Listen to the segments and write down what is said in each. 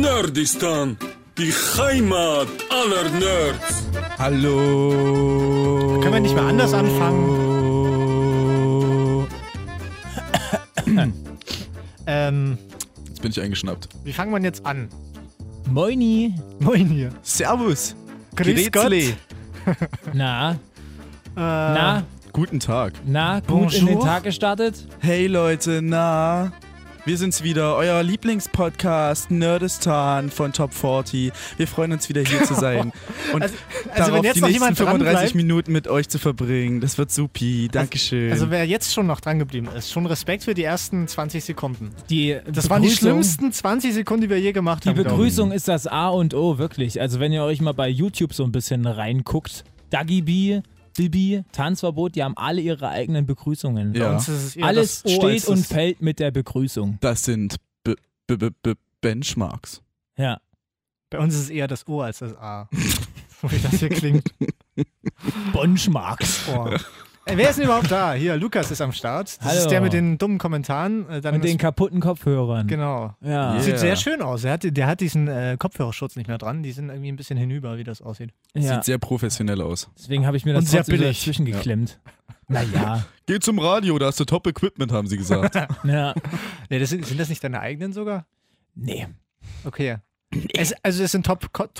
Nerdistan, die Heimat aller Nerds. Hallo. Können wir nicht mal anders anfangen? Ähm, Jetzt bin ich eingeschnappt. wie fangen wir denn jetzt an? Moini. Moin hier. Servus. Grüß Grüezi. Gott. Na, na, Guten Tag. na, gut in bonjour. den Tag gestartet? Hey Leute, na? Wir sind's wieder, euer Lieblingspodcast Nerdistan von Top 40. Wir freuen uns wieder hier zu sein und Also- also darauf wenn jetzt die noch nächsten jemand 35 dranbleibt- Minuten mit euch zu verbringen. Das wird supi. Dankeschön. Also wer jetzt schon noch dran geblieben ist, schon Respekt für die ersten 20 Sekunden. Die Das waren die Begrüßung- schlimmsten 20 Sekunden, die wir je gemacht Die haben. glaub ich. Begrüßung ist das A und O, wirklich. Also wenn ihr euch mal bei YouTube so ein bisschen reinguckt, Dagi B, Bibi, Tanzverbot, die haben alle ihre eigenen Begrüßungen. Ja. Bei uns ist es eher Alles das O als steht und das- fällt mit der Begrüßung. das sind B B B B Benchmarks. Ja. Bei uns ist es eher das O als das A. so wie das hier klingt. Bonchmarks. Oh. Ey, wer ist denn überhaupt da? Hier, Lukas ist am Start. Das Hallo. ist der mit den dummen Kommentaren. Äh, Dann Und den ist, kaputten Kopfhörern. genau. Ja. Yeah. Sieht sehr schön aus. Er hat, der hat diesen äh, Kopfhörerschutz nicht mehr dran. Die sind irgendwie ein bisschen hinüber, wie das aussieht. ja. Sieht sehr professionell aus. Deswegen habe ich mir Und das sehr trotzdem so billig. dazwischen geklemmt. Naja. Geh zum Radio, da hast du Top Equipment, haben sie gesagt. ja. Nee, das sind, sind das nicht deine eigenen sogar? Nee. Okay. Es, also es sind Top-Kopfhörer.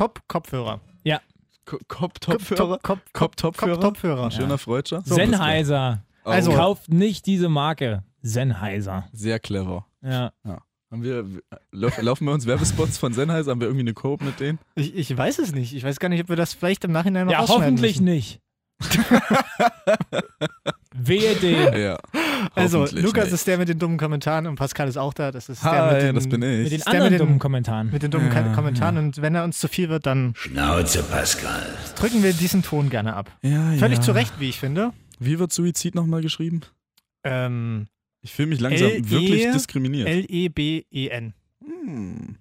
Top Kopfhörer. Kopf-Top-Hörer. Top, Top, Top, Kopf-Top-Hörer. Top, Kopfhörer. Schöner Freudscher. Sennheiser. Also- Oh, Äh, Kauft nicht diese Marke. Sennheiser. sehr clever. Ja. Haben wir, lau- laufen wir uns Werbespots von Sennheiser? Haben wir irgendwie eine Coop mit denen? Ich, ich weiß es nicht. Ich weiß gar nicht, ob wir das vielleicht im Nachhinein noch Ja, ausschneiden hoffentlich müssen. nicht. Wehe den. Ja. Also, hoffentlich Lukas nicht. ist der mit den dummen Kommentaren und Pascal ist auch da. Das ist der Hi, mit den, das bin Mit ich. den der mit anderen den- dummen Kommentaren. Mit den dummen Ka- Kommentaren. Und wenn er uns zu viel wird, dann Schnauze, Pascal. drücken wir diesen Ton gerne ab. Ja, Völlig ja. zu Recht, wie ich finde. Wie wird Suizid nochmal geschrieben? E Ähm, E Ich fühle mich langsam L-E- wirklich diskriminiert. L-E-B-E-N. Hm.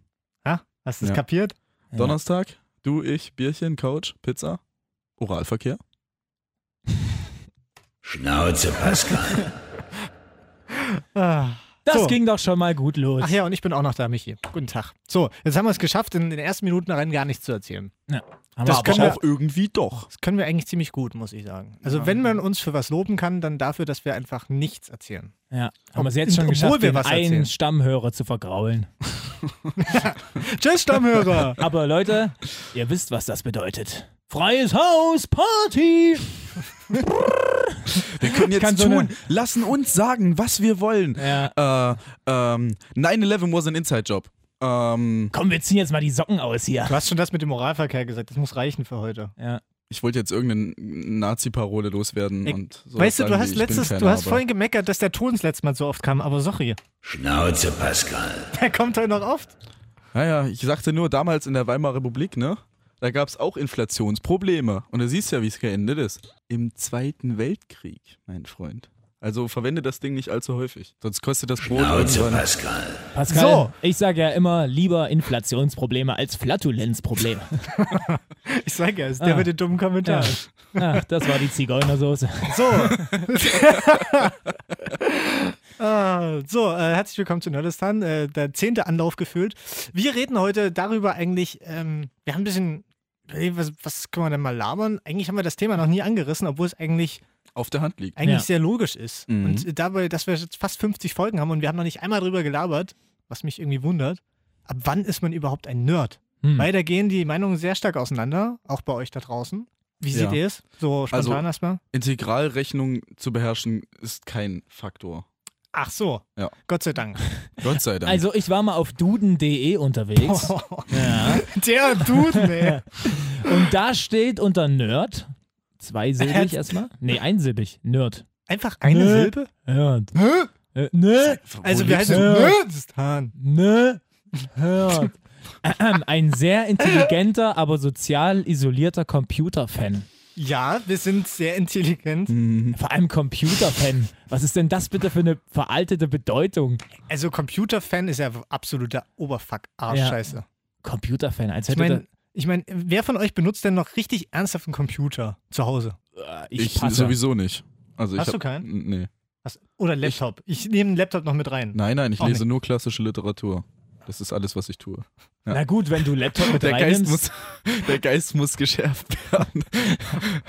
Ha? Hast du es Ja. kapiert? Ja. Donnerstag, du, ich, Bierchen, Couch, Pizza, Oralverkehr. Schnauze, Pascal. Ah. Das So. ging doch schon mal gut los. Ach ja, und ich bin auch noch da, Michi. Guten Tag. So, jetzt haben wir es geschafft, in den ersten Minuten rein gar nichts zu erzählen. Haben das wir können wir- auch irgendwie doch. Das können wir eigentlich ziemlich gut, muss ich sagen. Also, wenn man uns für was loben kann, dann dafür, dass wir einfach nichts erzählen. aber- ja. haben wir es jetzt schon Obwohl geschafft, wir den was einen erzählen. Stammhörer zu vergraulen. Tschüss, Stammhörer! Aber Leute, ihr wisst, was das bedeutet. Freies Haus, Party! Wir können jetzt Kann so tun, eine- lassen uns sagen, was wir wollen. Ja. Äh, ähm, 9-11 was an Inside-Job. Ähm, Komm, wir ziehen jetzt mal die Socken aus hier. Du hast schon das mit dem Moralverkehr gesagt, das muss reichen für heute. Ja. ich wollte jetzt irgendeine Nazi-Parole loswerden. Ich- und so weißt du, sagen, du wie, hast ich bin letztes, keiner, du hast aber- vorhin gemeckert, dass der Ton das letzte Mal so oft kam, aber sorry, Schnauze, Pascal. der kommt heute noch oft. Naja, ich sagte nur, damals in der Weimarer Republik, ne? Da gab es auch Inflationsprobleme. Und du siehst ja, wie es geendet ist. Im Zweiten Weltkrieg, mein Freund. Also verwende das Ding nicht allzu häufig. Sonst kostet das Brot Schnauze, irgendwann. Pascal. Pascal, So. ich sage ja immer lieber Inflationsprobleme als Flatulenzprobleme. Ich sage ja, es ist der Ah. mit den dummen ja. Kommentaren. Ach, das war die Zigeunersoße. So. Ah, so, äh, herzlich willkommen zu Nerdistan, äh, der zehnte Anlauf gefühlt. Wir reden heute darüber eigentlich, ähm, wir haben ein bisschen, überlegt, was, was können wir denn mal labern? Eigentlich haben wir das Thema noch nie angerissen, obwohl es eigentlich, Auf der Hand liegt. eigentlich Ja. sehr logisch ist. Mhm. Und äh, dabei, dass wir jetzt fast 50 Folgen haben und wir haben noch nicht einmal drüber gelabert, was mich irgendwie wundert, ab wann ist man überhaupt ein Nerd? Hm. Weil da gehen die Meinungen sehr stark auseinander, auch bei euch da draußen. Wie Ja. seht ihr es? So spontan Also- erstmal. Integralrechnung zu beherrschen ist kein Faktor. Ach so. Ja. Gott sei Dank. Gott sei Dank. Also ich war mal auf duden.de unterwegs. Ja. Der Duden, ey. Und da steht unter Nerd, zweisilbig erstmal. Nee, einsilbig. Nerd. Einfach eine Nö. Silbe? Nerd. Hä? Äh, Nerd. Also wir heißen Nö. Nerdistan. Ne? Hört. Ahem, Ein sehr intelligenter, aber sozial isolierter Computerfan. Ja, wir sind sehr intelligent. Mhm. Vor allem Computerfan. Was ist denn das bitte für eine veraltete Bedeutung? Also Computerfan ist ja absoluter Oberfuck-Arschscheiße. Computerfan, als Ich hätte meine, ich mein, wer von euch benutzt denn noch richtig ernsthaft einen Computer zu Hause? da, äh, ich, Ich, passe. sowieso nicht. Also ich Hast hab, du keinen? Nee. Was? Oder Laptop. Ich, nehme einen Laptop noch mit rein. Nein, nein, ich Auch lese nur klassische Literatur. Das ist alles, was ich tue. Ja. Na gut, wenn du Laptop mit Der Geist, reinnimmst. muss, der Geist muss geschärft werden.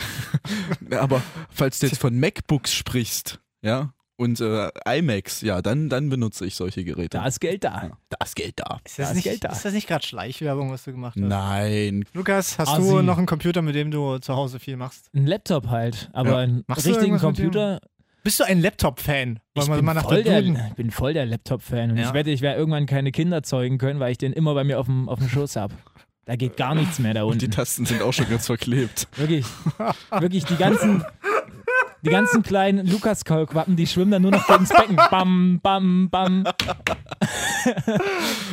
Ja, Aber falls du jetzt von MacBooks sprichst, ja, und äh, iMacs, ja, dann, dann benutze ich solche Geräte. Da ist Geld da. Ja, da ist Geld da. Ist das, Da ist nicht, Geld da. ist das nicht gerade Schleichwerbung, was du gemacht hast? Nein. Lukas, hast Assi. du noch einen Computer, mit dem du zu Hause viel machst? Ein Laptop halt, aber Ja. einen Machst du richtigen irgendwas mit dem? Computer. Bist du ein Laptop-Fan? Ich Wollen wir bin, mal nach voll der der, Duden- ich bin voll der Laptop-Fan und Ja. ich wette, ich werde irgendwann keine Kinder zeugen können, weil ich den immer bei mir auf dem, auf dem Schoß habe. Da geht gar nichts mehr da Und die unten. Tasten sind auch schon ganz verklebt. Wirklich, wirklich die ganzen, die ganzen kleinen Lukas-Kaulquappen, die schwimmen dann nur noch gegen's Becken. Bam, bam, bam. wirklich,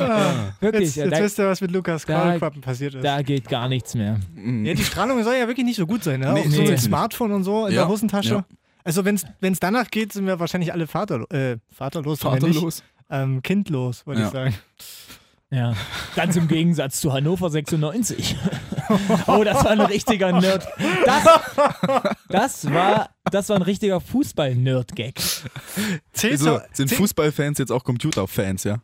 Ah, Jetzt, jetzt da, wisst ihr, was mit Lukas da- Kaulquappen passiert ist. da geht gar nichts mehr. Ja, die Strahlung soll ja wirklich nicht so gut sein, ne? Nee, Auch so nee. mit Smartphone und so in Ja, der Hosentasche. ja. Also wenn es danach geht, sind wir wahrscheinlich alle vaterlo äh, vaterlos, sind wir nicht. Vaterlos. Ähm, kindlos, würde ich Ja. Also, sagen. Ja, ganz im Gegensatz zu Hannover 96. oh, das war ein richtiger Nerd. Das, das, war, das war ein richtiger Fußball-Nerd-Gag. Zählt Also, zur- sind zäh- Fußballfans jetzt auch Computerfans, ja?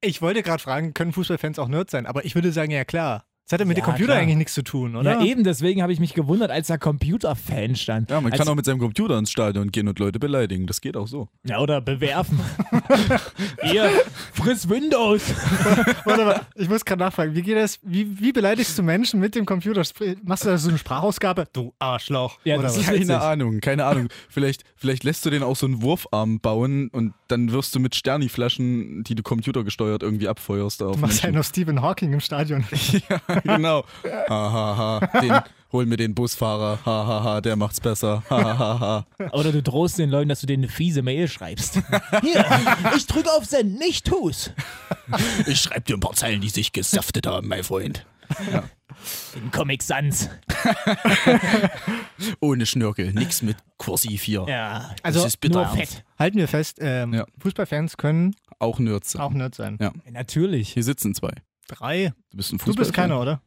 ich wollte gerade fragen, können Fußballfans auch Nerds sein? Aber ich würde sagen, ja klar. Das hat ja mit Ja, dem Computer klar. eigentlich nichts zu tun, oder? Ja, eben deswegen habe ich mich gewundert, als da Computer-Fan stand. Ja, man als, kann auch mit seinem Computer ins Stadion gehen und Leute beleidigen. Das geht auch so. Ja, oder bewerfen. Ihr friss Windows. Warte mal, ich muss gerade nachfragen, wie geht das? Wie, wie beleidigst du Menschen mit dem Computer? Spr- Machst du da so eine Sprachausgabe? Du Arschloch. Ja, oder das was? ist- witzig. Keine Ahnung, keine Ahnung. vielleicht, vielleicht lässt du den auch so einen Wurfarm bauen und dann wirst du mit Sterni-Flaschen, die du computergesteuert irgendwie abfeuerst. Auf Du machst ja Menschen. nur Stephen Hawking im Stadion. ja, genau. Ha, ha, ha. Den, hol mir den Busfahrer. Ha, ha, ha. Der macht's besser. Ha, ha, ha, ha. Oder du drohst den Leuten, dass du denen eine fiese Mail schreibst. Hier, ich drücke auf Send, nicht tu's. Ich schreib dir ein paar Zeilen, die sich gesaftet haben, mein Freund. In Comic Sans. Ohne Schnörkel. Nix mit Kursiv hier. Ja, Also ist nur bitter. fett. halten wir fest, ähm, Ja. Fußballfans können Auch Nerds. auch Nerds sein. Natürlich. Hier sitzen zwei. Drei. Du bist ein Du Fußball. bist keiner, oder?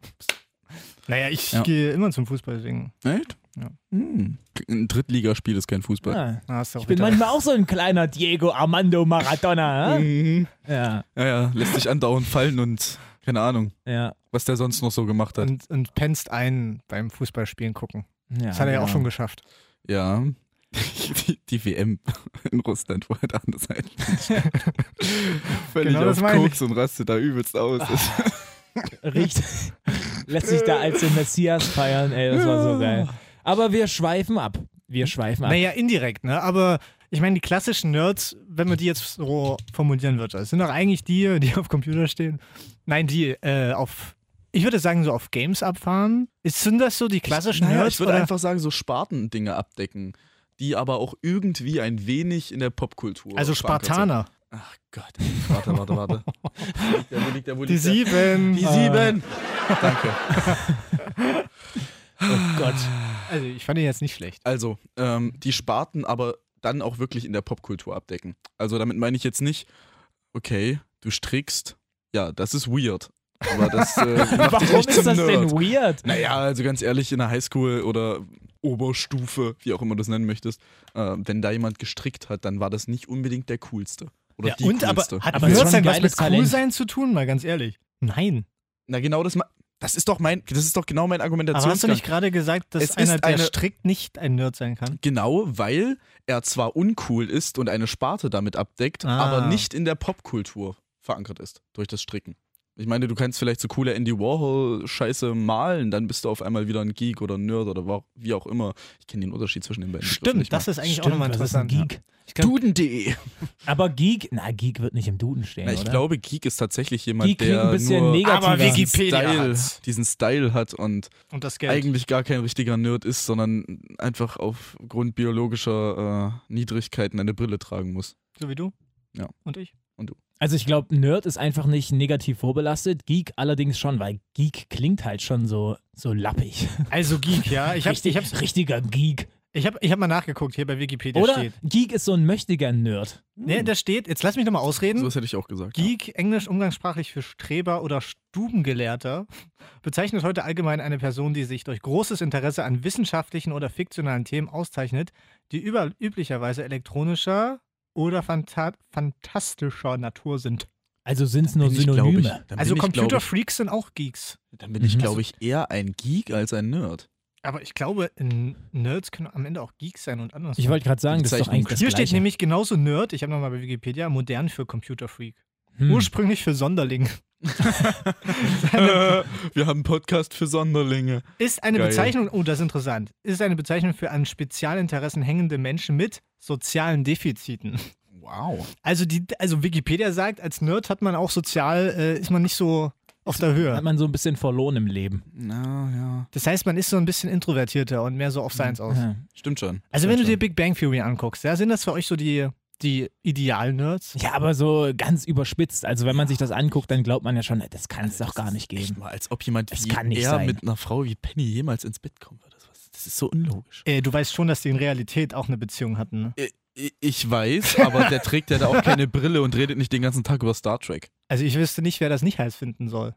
Naja, ich Ja. gehe immer zum Fußball singen. Echt? Ja. Hm. Ein Drittligaspiel ist kein Fußball. Ja. Ah, ist doch Ich bin bitter. manchmal auch so ein kleiner Diego Armando Maradona. ja? Mhm. Ja, Ja, ja, lässt sich andauernd fallen und keine Ahnung, ja. was der sonst noch so gemacht hat. und, und pennst ein beim Fußballspielen gucken. ja Das hat er ja genau. auch schon geschafft. Ja. Die, die WM in Russland, wo er da an der Seite Völlig Genau das auf meine ich. Ah, Koks und raste da übelst aus. Riecht, lässt sich da als den Messias feiern, ey, das war so geil. Aber wir schweifen ab. Wir schweifen ab. Naja, indirekt, ne? Aber ich meine, die klassischen Nerds, wenn man die jetzt so formulieren würde, das sind doch eigentlich die, die auf Computer stehen. Nein, die äh, auf, ich würde sagen, so auf Games abfahren. Ist, sind das so die klassischen Naja, Nerds? ich würde oder? einfach sagen, so Spartendinge abdecken, die aber auch irgendwie ein wenig in der Popkultur. also verankert sind. Spartaner. Ach Gott. Warte, warte, warte. Wo liegt der, wo liegt der, wo Die liegt der? sieben. Ah. Die sieben. Danke. oh Gott. Also ich fand ihn jetzt nicht schlecht. Also, ähm, die Sparten aber dann auch wirklich in der Popkultur abdecken. Also damit meine ich jetzt nicht, okay, du strickst, ja, das ist weird. Aber das äh, macht dich Warum nicht zum ist das Nerd. denn weird? Naja, also ganz ehrlich, in der Highschool oder Oberstufe, wie auch immer du das nennen möchtest, äh, wenn da jemand gestrickt hat, dann war das nicht unbedingt der coolste. Oder die und aber coolste. hat Aber Nerds schon denn was geiles mit cool Talent. sein zu tun, mal ganz ehrlich? Nein. Na genau das ma- das ist doch mein das ist doch genau mein Aber hast du Argumentationsgang. nicht gerade gesagt, dass Es ist einer, der eine- strikt nicht ein Nerd sein kann? Genau, weil er zwar uncool ist und eine Sparte damit abdeckt, Ah. aber nicht in der Popkultur verankert ist durch das Stricken. Ich meine, du kannst vielleicht so coole Andy Warhol-Scheiße malen, dann bist du auf einmal wieder ein Geek oder ein Nerd oder wa- wie auch immer. Ich kenne den Unterschied zwischen den beiden. Begriffen Stimmt, nicht das ist eigentlich auch nochmal das ist ein interessant. Geek. mal. Duden.de. Aber Geek, na, Geek wird nicht im Duden stehen, Na, ich oder? glaube, Geek ist tatsächlich jemand, Geek klingt der ein bisschen nur negativer. Aber diesen Wikipedia Style, hat's. diesen Style hat und Und das Geld. eigentlich gar kein richtiger Nerd ist, sondern einfach aufgrund biologischer äh, Niedrigkeiten eine Brille tragen muss. so wie du? Ja. Und ich? Also ich glaube, Nerd ist einfach nicht negativ vorbelastet, Geek allerdings schon, weil Geek klingt halt schon so, so lappig. Also Geek, ja. Ich habe Richtig, ich hab, richtiger Geek. ich hab, ich hab mal nachgeguckt, hier bei Wikipedia Oder steht. Geek ist so ein mächtiger Nerd. Ne, da steht, jetzt lass mich nochmal ausreden. Hm. So was hätte ich auch gesagt. ja. Geek, englisch umgangssprachlich für Streber oder Stubengelehrter, bezeichnet heute allgemein eine Person, die sich durch großes Interesse an wissenschaftlichen oder fiktionalen Themen auszeichnet, die über, üblicherweise elektronischer oder phanta fantastischer Natur sind. Also sind es nur Bin ich, glaub ich, Synonyme. dann Also bin ich, glaub Computerfreaks sind auch Geeks. Ich, dann bin ich, Mhm. glaube ich, eher ein Geek als ein Nerd. Aber ich glaube, N- Nerds können am Ende auch Geeks sein und anders. Ich wollte gerade sagen, das ist doch Bezeichnung. eigentlich das Hier Gleiche. steht nämlich genauso Nerd, ich habe nochmal bei Wikipedia, modern für Computerfreak. hm. Ursprünglich für Sonderling. Wir haben einen Podcast für Sonderlinge. Ist eine Geil. Bezeichnung, oh, das ist interessant, ist eine Bezeichnung für an Spezialinteressen hängende Menschen mit sozialen Defiziten. Wow. Also, die, also Wikipedia sagt, als Nerd hat man auch sozial, äh, ist man nicht so auf der Hat Höhe. man so ein bisschen verloren im Leben. Na ja. Das heißt, man ist so ein bisschen introvertierter und mehr so auf Science aus. Ja. Stimmt schon. Also wenn du Stimmt dir Big Bang Theory anguckst, ja, sind das für euch so die, die Ideal-Nerds? Ja, aber so ganz überspitzt. Also wenn man sich das anguckt, dann glaubt man ja schon, das kann es doch gar nicht schon. Echt geben. mal, als ob jemand Es wie kann nicht er sein. mit einer Frau wie Penny jemals ins Bett kommen würde. Das was- Das ist so unlogisch. Äh, du weißt schon, dass die in Realität auch eine Beziehung hatten, ne? I- i- Äh, Ich weiß, aber der trägt ja da auch keine Brille und redet nicht den ganzen Tag über Star Trek. Also ich wüsste nicht, wer das nicht heiß finden soll.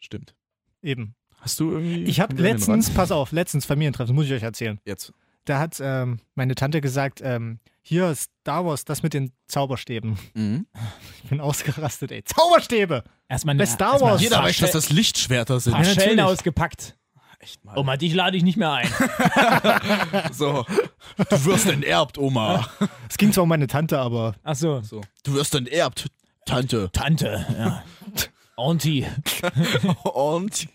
Stimmt. Eben. Hast du irgendwie. Ich habe kommt da jemand letztens, ran? pass auf, letztens Familientreffen, muss ich euch erzählen. Jetzt. Da hat ähm, meine Tante gesagt, ähm, hier Star Wars, das mit den Zauberstäben. Mhm. Ich bin ausgerastet, ey. Zauberstäbe! Erstmal Bei eine, Star erstmal Wars. ein Jeder paar weiß, dass Schell- das Lichtschwerter sind. paar Ja, Schellen natürlich. ausgepackt. Echt mal. Oma, dich lade ich nicht mehr ein. So. Du wirst enterbt, Oma. Es ging zwar um meine Tante, aber Ach so, So. Du wirst enterbt, Tante. Tante. Ja. Auntie. Und.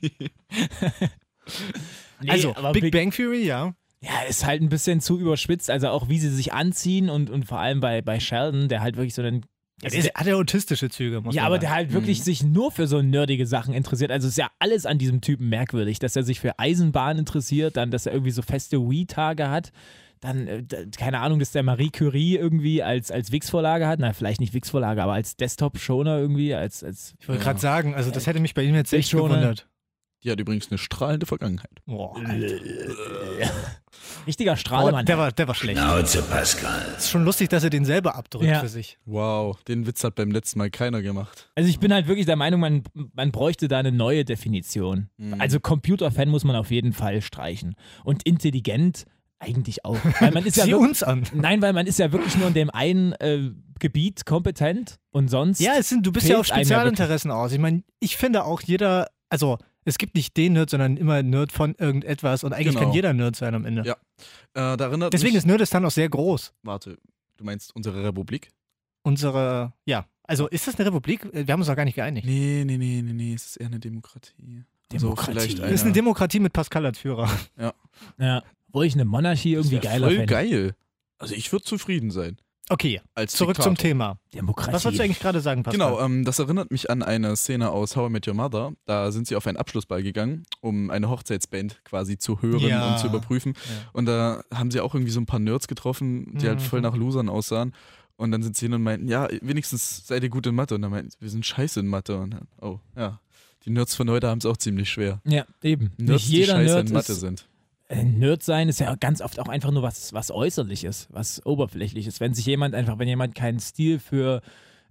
Nee, also aber Big, Bang Theory, ja. Ja, ist halt ein bisschen zu überspitzt. Also auch wie sie sich anziehen und, und vor allem bei, bei Sheldon, der halt wirklich so einen. Also, der hat ja autistische Züge, muss Ja, man aber sagen. Mhm. der halt wirklich sich nur für so nerdige Sachen interessiert. Also ist ja alles an diesem Typen merkwürdig, dass er sich für Eisenbahn interessiert, dann, dass er irgendwie so feste Wii-Tage hat. Dann, äh, d- keine Ahnung, dass der Marie Curie irgendwie als, als Wix-Vorlage hat. Na, vielleicht nicht Wix-Vorlage, aber als Desktop-Shoner irgendwie, als, als Ich wollte gerade sagen, also das hätte mich bei ihm jetzt Ich echt schon, ne? gewundert. Die hat übrigens eine strahlende Vergangenheit. Boah, Alter. richtiger Boah, Strahlemann. der, war, der war schlecht. Schnauze Pascal. Ist schon lustig, dass er den selber abdrückt Ja. für sich. Wow, den Witz hat beim letzten Mal keiner gemacht. Also ich bin halt wirklich der Meinung, man, man bräuchte da eine neue Definition. Mhm. Hm. Also Computerfan muss man auf jeden Fall streichen. Und intelligent eigentlich auch. Weil man ist ja Sieh wirklich, uns an. nein, weil man ist ja wirklich nur in dem einen äh, Gebiet kompetent und sonst. Ja, es sind, du bist Fehlt ja auf einem ja Spezialinteressen aus. Ich meine, ich finde auch jeder, also es gibt nicht den Nerd, sondern immer ein Nerd von irgendetwas und eigentlich Genau. kann jeder Nerd sein am Ende. Ja. Äh, da erinnert Deswegen mich, ist Nerdistan auch sehr groß. Warte, du meinst unsere Republik? Unsere, ja, also ist das eine Republik? Wir haben uns noch gar nicht geeinigt. Nee, nee, nee, nee, nee, es ist eher eine Demokratie. Also Demokratie. vielleicht Ist eine, Das ist eine Demokratie mit Pascal als Führer. ja. Wo ich eine Monarchie irgendwie Das wär geiler Voll fände. geil. Also ich würde zufrieden sein. Okay, Als zurück Diktator. zum Thema. Demokratie. Was wolltest du eigentlich gerade sagen, Pascal? Genau, ähm, das erinnert mich an eine Szene aus How I Met Your Mother. Da sind sie auf einen Abschlussball gegangen, um eine Hochzeitsband quasi zu hören Ja. und zu überprüfen. Ja. Und da haben sie auch irgendwie so ein paar Nerds getroffen, die halt voll Mhm. nach Losern aussahen. Und dann sind sie hin und meinten, ja, wenigstens seid ihr gut in Mathe. Und dann meinten, sie, wir sind scheiße in Mathe. Und dann, oh, ja. Die Nerds von heute haben es auch ziemlich schwer. Ja, eben. Nerds, Nicht jeder die scheiße Nerd in Mathe ist, sind. Äh, Nerd sein ist ja ganz oft auch einfach nur was, was Äußerliches, was Oberflächliches. Wenn sich jemand einfach, wenn jemand keinen Stil für,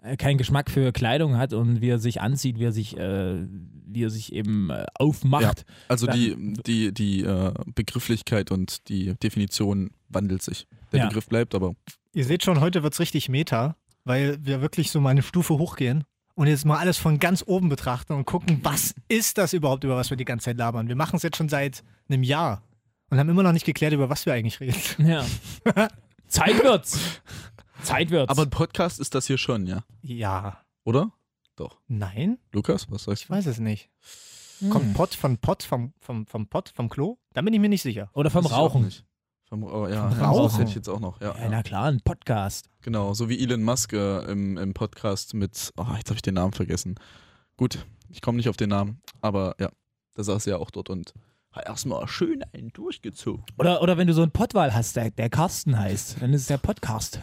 äh, keinen Geschmack für Kleidung hat und wie er sich anzieht, wie er sich, äh, wie er sich eben äh, aufmacht. Also Dann- die, die, die äh, Begrifflichkeit und die Definition wandelt sich. Der Ja. Begriff bleibt aber. Ihr seht schon, heute wird es richtig meta, weil wir wirklich so mal eine Stufe hochgehen und jetzt mal alles von ganz oben betrachten und gucken, was ist das überhaupt, über was wir die ganze Zeit labern. Wir machen es jetzt schon seit einem Jahr und haben immer noch nicht geklärt, über was wir eigentlich reden. Ja. Zeit wird's. Zeit wird's. Aber ein Podcast ist das hier schon, ja. Ja, Oder? Doch. nein, Lukas, was sagst ich du? weiß es nicht. Hm. Kommt Pott von Pott, vom, vom, vom Pott, vom Klo? Da bin ich mir nicht sicher. Oder vom Weiß ich auch Rauchen. nicht. Vom, oh, ja, ja, Vom sowas Rauchen? hätte ich jetzt auch noch. Ja, Ja, ja. na klar, ein Podcast. Genau, so wie Elon Musk äh, im, im Podcast mit, oh, jetzt habe ich den Namen vergessen. Gut, ich komme nicht auf den Namen, aber ja, da saß er ja auch dort und hat erstmal schön einen durchgezogen. Oder, oder wenn du so einen Pottwahl hast, der, der Carsten heißt, dann ist es der Podcast.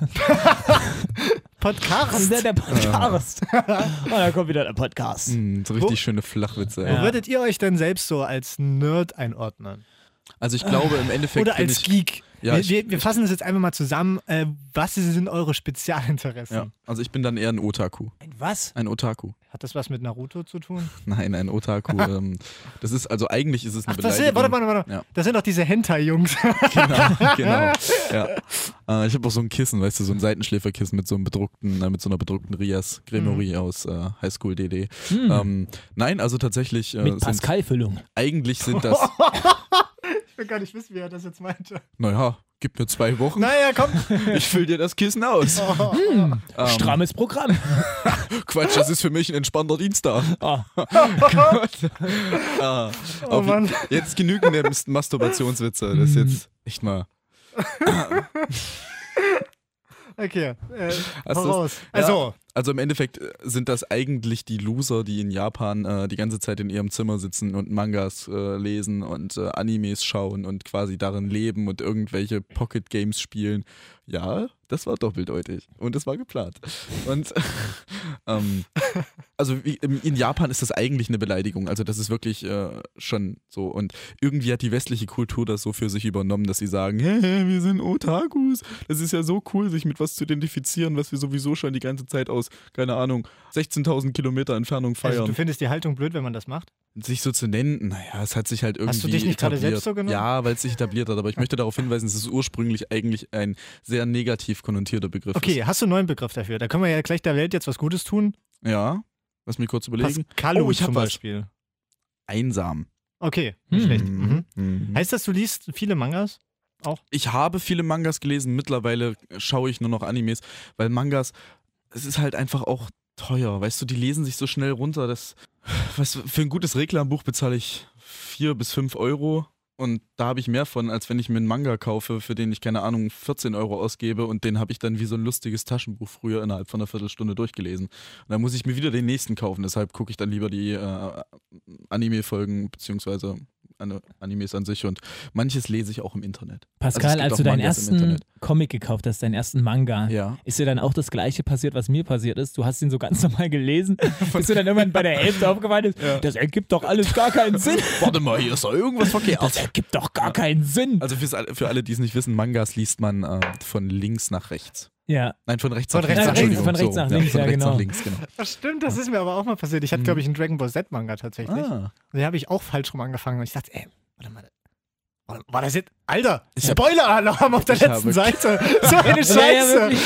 Das ist Podcast! der, der Podcast. Und dann kommt wieder der Podcast. Hm, so richtig schöne Flachwitze. Ja. ey. Wo würdet ihr euch denn selbst so als Nerd einordnen? Also ich glaube im Endeffekt Oder bin als ich, Geek? Ja, wir, ich- wir, wir fassen das jetzt einfach mal zusammen. Äh, was sind eure Spezialinteressen? Ja, also ich bin dann eher ein Otaku. Was? Ein Otaku. Hat das was mit Naruto zu tun? Nein, ein Otaku. ähm, das ist, also eigentlich ist es eine Ach, das Beleidigung. sind, warte, warte, warte. Ja. Das sind doch diese Hentai-Jungs. genau, genau. Ja. Äh, ich habe auch so ein Kissen, weißt du, so ein Seitenschläferkissen mit so einem bedruckten, äh, mit so einer bedruckten Rias Gremory Mhm. aus äh, Highschool DD. Hm. Ähm, nein, also tatsächlich äh, Mit sind, Pascal-Füllung. eigentlich sind das. ich will gar nicht wissen, wie er das jetzt meinte. naja, gib mir zwei Wochen, Naja, komm. ich fülle dir das Kissen aus. Hm. Ähm, Strammes Programm. Quatsch, das ist für mich ein entspannter Dienstag. Ah. Ah, Oh Oh auf, Mann. Hm. jetzt genügen der Mist- Masturbationswitze. Das ist jetzt echt mal. Okay. Äh, Hast du's? voraus. Ja. Also, Also im Endeffekt äh, sind das eigentlich die Loser, die in Japan äh, die ganze Zeit in ihrem Zimmer sitzen und Mangas äh, lesen und äh, Animes schauen und quasi darin leben und irgendwelche Pocket Games spielen. Ja, das war doppeldeutig und das war geplant. Und ähm, also wie, im- in Japan ist das eigentlich eine Beleidigung. Also das ist wirklich äh, schon so. Und irgendwie hat die westliche Kultur das so für sich übernommen, dass sie sagen, hey, hey, wir sind Otakus. Das ist ja so cool, sich mit was zu identifizieren, was wir sowieso schon die ganze Zeit aus, keine Ahnung, 16.000 Kilometer Entfernung also, du feiern. findest die Haltung blöd, wenn man das macht? sich so zu nennen, naja, es hat sich halt irgendwie Hast du dich nicht gerade etabliert. selbst so genannt? Ja, weil es sich etabliert hat. Aber ich möchte darauf hinweisen, es ist ursprünglich eigentlich ein sehr negativ konnotierter Begriff. Okay, hast du einen neuen Begriff dafür? Da können wir ja gleich der Welt jetzt was Gutes tun. Ist. Ja, lass mich kurz überlegen. Pascalu Oh, ich hab zum was. Beispiel. Einsam. Okay, nicht Hm. schlecht. Mhm. Mhm. Heißt das, du liest viele Mangas? ich habe viele Mangas gelesen, mittlerweile schaue ich nur noch Animes, weil Mangas, es ist halt einfach auch teuer, weißt du, die lesen sich so schnell runter, das, was, für ein gutes Reklambuch bezahle ich 4 bis 5 Euro und da habe ich mehr von, als wenn ich mir einen Manga kaufe, für den ich, keine Ahnung, 14 Euro ausgebe und den habe ich dann wie so ein lustiges Taschenbuch früher innerhalb von einer Viertelstunde durchgelesen. Und dann muss ich mir wieder den nächsten kaufen, deshalb gucke ich dann lieber die äh, Anime-Folgen, beziehungsweise an- Animes an sich und manches lese ich auch im Internet. Pascal, Also gibt als auch du deinen Mangas im ersten Internet. Comic gekauft hast, deinen ersten Manga, Ja. ist dir dann auch das Gleiche passiert, was mir passiert ist? Du hast ihn so ganz normal gelesen, bis du dann irgendwann bei der Hälfte aufgefallen ist, das ergibt doch alles gar keinen Sinn. Warte mal, hier ist doch irgendwas Das verkehrt. ergibt doch gar keinen Sinn. Also für's, alle- für alle, die es nicht wissen, Mangas liest man äh, von links nach rechts. Ja, Nein, von rechts Von nach rechts links. nach links, Entschuldigung. von rechts So, nach links, von ja, rechts genau. nach links, genau. Das stimmt, das ist mir aber auch mal passiert. Hm. Ich hatte, glaube ich, einen Dragon Ball Z-Manga tatsächlich. Ah, Den habe ich auch falsch rum angefangen. Und ich dachte, ey, warte mal. War- War das jetzt. Alter! hab- Spoiler-Alarm auf der Ich habe- letzten Seite! So eine Ja, ja, Scheiße! wirklich.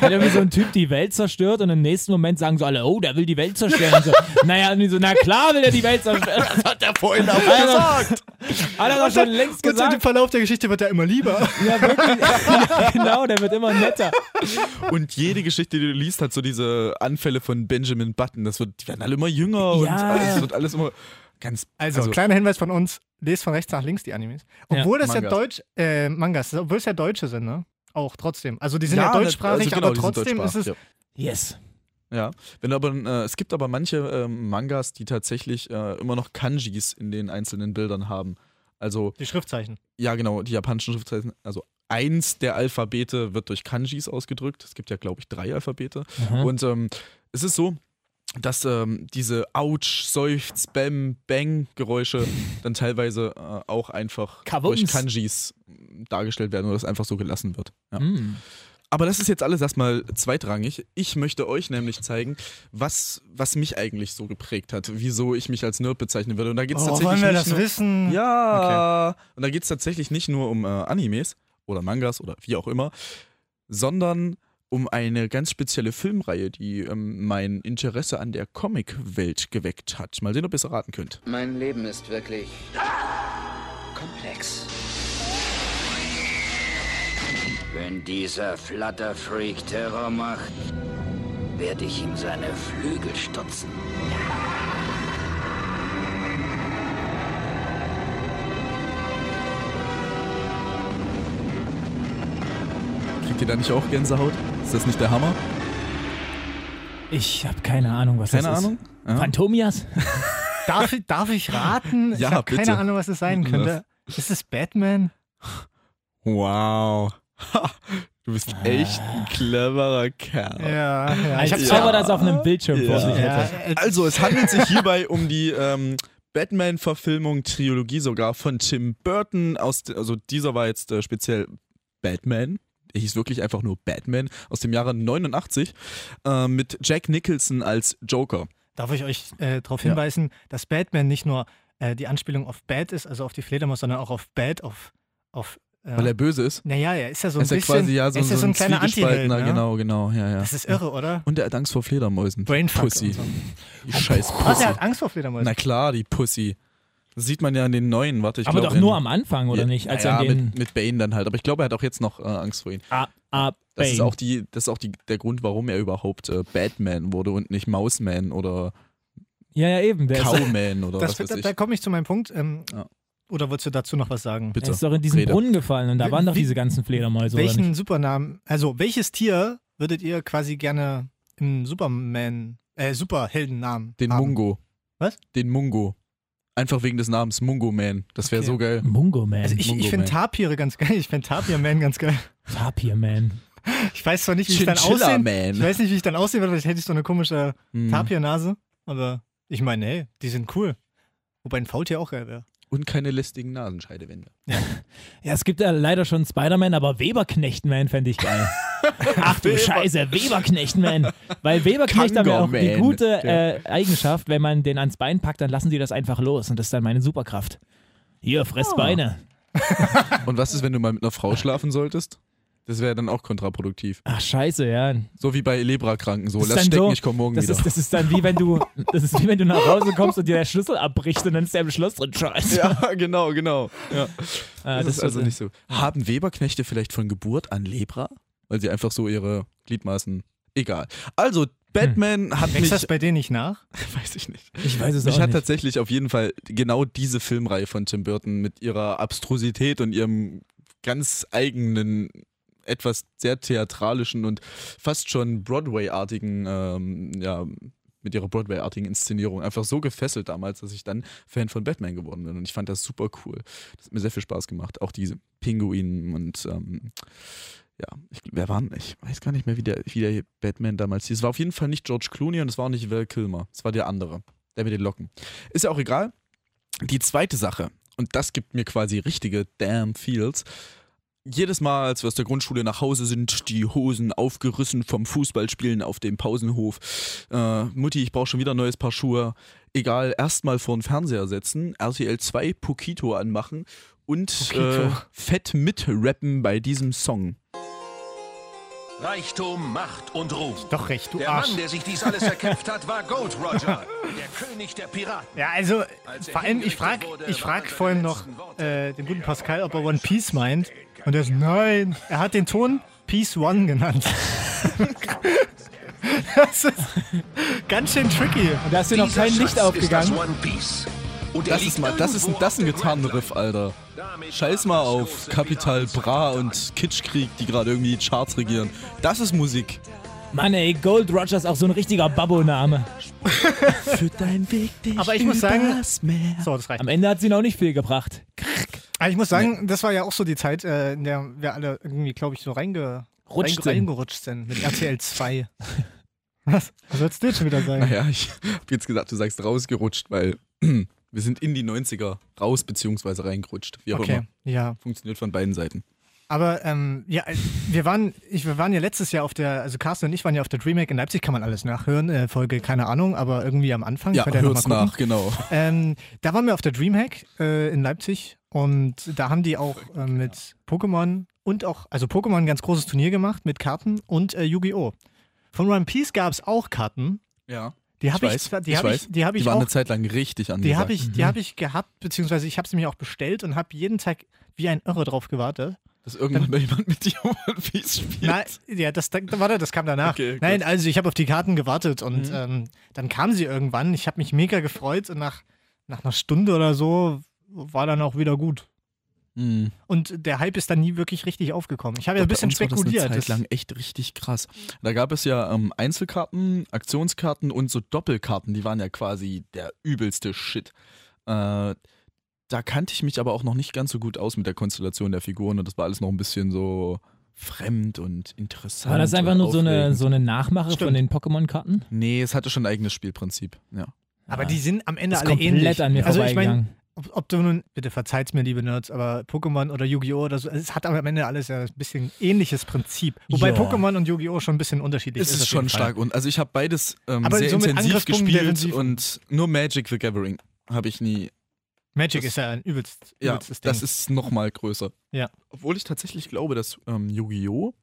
Hat irgendwie so ein Typ die Welt zerstört und im nächsten Moment sagen so alle, oh, der will die Welt zerstören. Und so, naja, und die so, na klar will er die Welt zerstören. Das hat er vorhin auch gesagt. Hat er doch schon längst Und so im gesagt. Verlauf der Geschichte wird er immer lieber. Ja, wirklich. Ja, genau, der wird immer netter. Und jede Geschichte, die du liest, hat so diese Anfälle von Benjamin Button. Das wird, die werden alle immer jünger und Ja. alles wird alles immer ganz. Also, kleiner Hinweis von uns: lest von rechts nach links die Animes. Ja, Obwohl das ja Mangas. Deutsch. Äh, Mangas, obwohl es ja Deutsche sind, ne? Auch trotzdem. Also, die sind Ja, ja, deutschsprachig, also genau, aber die sind trotzdem ist es. deutschsprachig, Yes. Ja, wenn du aber äh, es gibt aber manche ähm, Mangas, die tatsächlich äh, immer noch Kanjis in den einzelnen Bildern haben. Also Die Schriftzeichen. ja genau, die japanischen Schriftzeichen, also eins der Alphabete wird durch Kanjis ausgedrückt. Es gibt ja glaube ich drei Alphabete Mhm. und ähm, es ist so, dass ähm, diese Ouch, Seufz, Bam, Bang Geräusche dann teilweise äh, auch einfach Kawums. durch Kanjis mh, dargestellt werden oder das einfach so gelassen wird. Ja. Mhm. Mm. Aber das ist jetzt alles erstmal zweitrangig. Ich möchte euch nämlich zeigen, was, was mich eigentlich so geprägt hat, wieso ich mich als Nerd bezeichnen würde. Und da geht es Oh, tatsächlich wollen wir nicht das nur, wissen? Ja. Hm. Und da geht es tatsächlich nicht nur um äh, Animes oder Mangas oder wie auch immer, sondern um eine ganz spezielle Filmreihe, die ähm, mein Interesse an der Comic-Welt geweckt hat. Mal sehen, ob ihr es erraten könnt. Mein Leben ist wirklich komplex. Wenn dieser Flutterfreak Terror macht, werde ich ihm seine Flügel stutzen. Kriegt ihr da nicht auch Gänsehaut? Ist das nicht der Hammer? Ich habe keine Ahnung, was Keine das Ahnung? ist. Ja. Phantomias? Darf, ich- darf ich raten? ich Ja, habe bitte. keine Ahnung, was es sein könnte. Ist es Batman? Wow. Ha, du bist echt ein cleverer Kerl. Ja, ja. Als Ich hab's ob er ja. das auf einem Bildschirm vor Ja. sich hätte. Ja, äh, Also, es handelt sich hierbei um die ähm, Batman-Verfilmung, Trilogie sogar von Tim Burton. Aus, de- also dieser war jetzt äh, speziell Batman. Er hieß wirklich einfach nur Batman aus dem Jahre 89 äh, mit Jack Nicholson als Joker. Darf ich euch äh, darauf Ja. hinweisen, dass Batman nicht nur äh, die Anspielung auf Bat ist, also auf die Fledermaus, sondern auch auf Bat, auf. auf äh, Weil er böse ist. naja, er ist ja so ein ist ja bisschen. quasi ja so, er ist ja so ein, kleiner Antiheld. Zwiegespaltener, Ne? genau, genau, ja, ja. Das ist irre, oder? Und er hat Angst vor Fledermäusen. Brainfuck. Pussy. und so. Oh, Die scheiß Was, Pussy. er hat Angst vor Fledermäusen. Na genau, klar, die Pussy. Das sieht man ja in den neuen, warte, ich Aber glaub, doch nur in- am Anfang, oder Ja, nicht? Als ja, er den mit, mit Bane dann halt. Aber ich glaube, er hat auch jetzt noch äh, Angst vor ihm. Ah, ah, Das ist Bane. auch, die, das ist auch die, der Grund, warum er überhaupt äh, Batman wurde und nicht Mouseman oder Ja, ja, eben. Der ist, Cowman oder Das, was weiß da ich. da komme ich zu meinem Punkt. Ähm, Ja. Oder wolltest du dazu noch was sagen? er Bitte. ist doch in diesen Rede. Brunnen gefallen und da Wie- waren doch wie- diese ganzen Fledermäuse, oder nicht? Welchen Supernamen, also welches Tier würdet ihr quasi gerne im Superman, äh, Superheldennamen Den haben? Mungo. Was? Den Mungo. Einfach wegen des Namens Mungo Man. Das wäre Okay. so geil. Mungo Man, Also ich, Mungo ich finde Man. Tapire ganz geil. Ich finde Tapir-Man ganz geil. Tapir Man. Ich weiß zwar nicht, wie ich dann Chinchilla aussehen Man. Ich weiß nicht, wie ich dann aussehen würde, vielleicht hätte ich so eine komische Hm. Tapir-Nase. Aber ich meine, hey, die sind cool. Wobei ein Faultier auch geil wäre. Und keine lästigen Nasenscheidewände. Ja, es gibt ja leider schon Spider-Man, aber Weberknecht-Man fände ich geil. Ach du Scheiße, Weberknecht-Man. Weil Weberknecht haben ja auch die Kangaroo-Man. gute äh, Eigenschaft, wenn man den ans Bein packt, dann lassen die das einfach los und das ist dann meine Superkraft. Hier, Ah. fress Beine. Und was ist, wenn du mal mit einer Frau schlafen solltest? Das wäre dann auch kontraproduktiv. Ach scheiße, ja. So wie bei Lebra-Kranken. So, Das ist Oh, lass dann stecken, so, ich komme morgen Das wieder. ist, das ist dann wie wenn du, das ist wie wenn du nach Hause kommst und dir der Schlüssel abbricht und dann ist der im Schloss drin. Scheiße. ja, genau, genau. Ja. Ah, das, ist wird- also nicht so. Haben Weberknechte vielleicht von Geburt an Lebra? Weil sie einfach so ihre Gliedmaßen. Egal. Also, Batman hat mich. Wächst das bei denen nicht nach? Weiß ich nicht. Ich weiß es Mich auch hat nicht. tatsächlich auf jeden Fall genau diese Filmreihe von Tim Burton mit ihrer Abstrusität und ihrem ganz eigenen, etwas sehr theatralischen und fast schon Broadway-artigen, ähm, ja, mit ihrer Broadway-artigen Inszenierung einfach so gefesselt damals, dass ich dann Fan von Batman geworden bin. Und ich fand das super cool. Das hat mir sehr viel Spaß gemacht. Auch diese Pinguinen und ähm, ja, ich, wer waren? Ich weiß gar nicht mehr, wie der, wie der Batman damals hieß. Es war auf jeden Fall nicht George Clooney und es war auch nicht Val Kilmer. Es war der andere, der mit den Locken. Ist ja auch egal. Die zweite Sache, und das gibt mir quasi richtige Damn Feels. Jedes Mal, als wir aus der Grundschule nach Hause sind, die Hosen aufgerissen vom Fußballspielen auf dem Pausenhof. Äh, Mutti, ich brauche schon wieder ein neues Paar Schuhe. Egal, erstmal vor den Fernseher setzen, RTL 2 Pokito anmachen und Pokito. äh, fett mitrappen bei diesem Song. Reichtum, Macht und Ruhm. Doch recht, du Der Arsch. Mann, der sich dies alles erkämpft hat, war Gold Roger, der König der Piraten. Ja, also Als er vor allem, ich hingerichtet frag, wurde, ich waren frag seine vorhin noch letzten Worte, äh, den guten Pascal, ob er One Piece meint. Und er ist, nein, er hat den Ton Peace One genannt. das ist ganz schön tricky. Da ist dir noch Dieser kein Schatz Licht Ist aufgegangen. das One Piece. Und er Das ist liegt mal, das ist ein, irgendwo das ist ein auf dem Grand Gitarrenriff, Alter. Line. Damit Scheiß mal war das auf große Kapital Piraten- Bra und Kitschkrieg, die gerade irgendwie die Charts regieren. Das ist Musik. Mann, ey, Gold Roger ist auch so ein richtiger Babbo-Name. Für deinen Weg dich Aber ich muss sagen- übers Meer. So, das reicht. Am Ende hat sie noch nicht viel gebracht. Aber Ah, ich muss sagen, das war ja auch so die Zeit, äh, in der wir alle irgendwie, glaube ich, so reinge Rutscht reinge- sind. reingerutscht sind mit RTL 2. Was? Was sollst du jetzt schon wieder sagen? Naja, Ah ich hab jetzt gesagt, du sagst rausgerutscht, weil wir sind in die 90er raus bzw. reingerutscht. Wie auch Okay, immer. ja. Funktioniert von beiden Seiten. Aber ähm, ja, wir waren, ich, wir waren ja letztes Jahr auf der, also Carsten und ich waren ja auf der DreamHack in Leipzig, kann man alles nachhören, äh, Folge, keine Ahnung, aber irgendwie am Anfang. Ja, könnt ihr noch hört's mal gucken. nach, genau. Ähm, da waren wir auf der DreamHack äh, in Leipzig und da haben die auch äh, mit Pokémon und auch, also Pokémon ein ganz großes Turnier gemacht mit Karten und äh, Yu-Gi-Oh! Von One Piece gab es auch Karten. Ja. Die Ich habe ich, weiß, zwar- die ich hab ich, weiß. die hab ich die waren auch eine Zeit lang richtig angesagt. die habe ich, Mhm. die hab ich gehabt, beziehungsweise ich habe sie mir auch bestellt und habe jeden Tag wie ein Irre drauf gewartet. Dass irgendwann mal jemand mit dir One Piece spielt. Nein, ja, das, da- warte, das kam danach. Okay, gut. Mhm. Nein, also ich habe auf die Karten gewartet und ähm, dann kam sie irgendwann. Ich habe mich mega gefreut und nach, nach einer Stunde oder so war dann auch wieder gut. Mhm. Und der Hype ist dann nie wirklich richtig aufgekommen. Ich habe ja ein Doch, bei bisschen uns war spekuliert. Das eine Zeit Das- lang echt richtig krass. Da gab es ja ähm, Einzelkarten, Aktionskarten und so Doppelkarten, die waren ja quasi der übelste Shit. Äh, da kannte ich mich aber auch noch nicht ganz so gut aus mit der Konstellation der Figuren und das war alles noch ein bisschen so fremd und interessant. War das einfach und nur so eine, aufregend. so eine Nachmache von Stimmt. den Pokémon-Karten? Nee, es hatte schon ein eigenes Spielprinzip. Ja. Aber die sind am Ende Ist alle komplett ähnlich. an mir also ich vorbeigegangen. meine, ob, ob du nun, bitte verzeiht mir, liebe Nerds, aber Pokémon oder Yu-Gi-Oh! oder so, es hat am Ende alles ja ein bisschen ähnliches Prinzip. Wobei Ja. Pokémon und Yu-Gi-Oh! schon ein bisschen unterschiedlich Es ist. ist auf schon jeden Fall. stark. Und also ich habe beides ähm, Aber sehr so mit intensiv Angriffspunkten, gespielt defensiv. und nur Magic the Gathering habe ich nie. Magic Das- ist ja ein übelst, Ja, übelstes Ding. das ist nochmal größer. Ja. Obwohl ich tatsächlich glaube, dass ähm, Yu-Gi-Oh!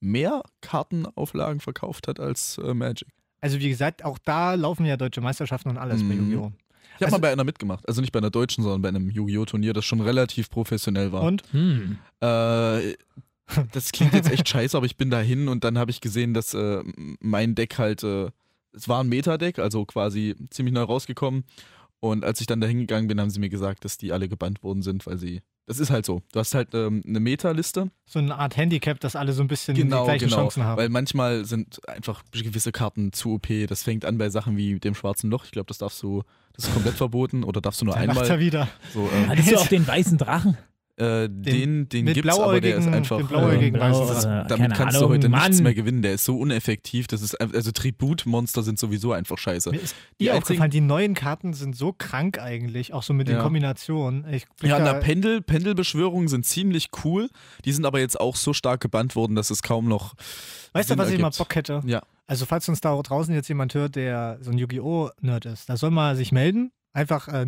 mehr Kartenauflagen verkauft hat als äh, Magic. also wie gesagt, auch da laufen ja deutsche Meisterschaften und alles bei Mhm. Yu-Gi-Oh! Ich habe Also- mal bei einer mitgemacht. Also nicht bei einer deutschen, sondern bei einem Yu-Gi-Oh! Turnier, das schon relativ professionell war. Und? Hm. Äh, das klingt jetzt echt scheiße, aber ich bin da hin und dann habe ich gesehen, dass äh, mein Deck halt, äh, es war ein Meta-Deck, also quasi ziemlich neu rausgekommen. Und als ich dann da hingegangen bin, haben sie mir gesagt, dass die alle gebannt worden sind, weil sie. Das ist halt so. Du hast halt ähm, eine Meta-Liste. So eine Art Handicap, dass alle so ein bisschen die gleichen Chancen haben. Genau, Weil manchmal sind einfach gewisse Karten zu OP. Das fängt an bei Sachen wie dem schwarzen Loch. Ich glaube, das darfst du, das ist komplett verboten oder darfst du nur Da macht er einmal. wieder. So, ähm, Hattest du auch den weißen Drachen? äh, den den mit gibt's, aber der ist blauäugigen- einfach. den blauäugigen ähm, weiß Blau- es ist- äh, Damit keine kannst Ahnung, du heute Mann. nichts mehr gewinnen. Der ist so ineffektiv. Das ist ein- also Tributmonster sind sowieso einfach scheiße. Mir ist Die die einzigen- aufgefallen, die neuen Karten sind so krank eigentlich, auch so mit Ja. den Kombinationen. Ich blick Ja, da- na, Pendel, Pendelbeschwörungen sind ziemlich cool. Die sind aber jetzt auch so stark gebannt worden, dass es kaum noch. weißt du, Sinn was ich mal ergibt. Bock hätte? Ja. Also, falls uns da draußen jetzt jemand hört, der so ein Yu-Gi-Oh!-Nerd ist, da soll mal sich melden. Einfach äh,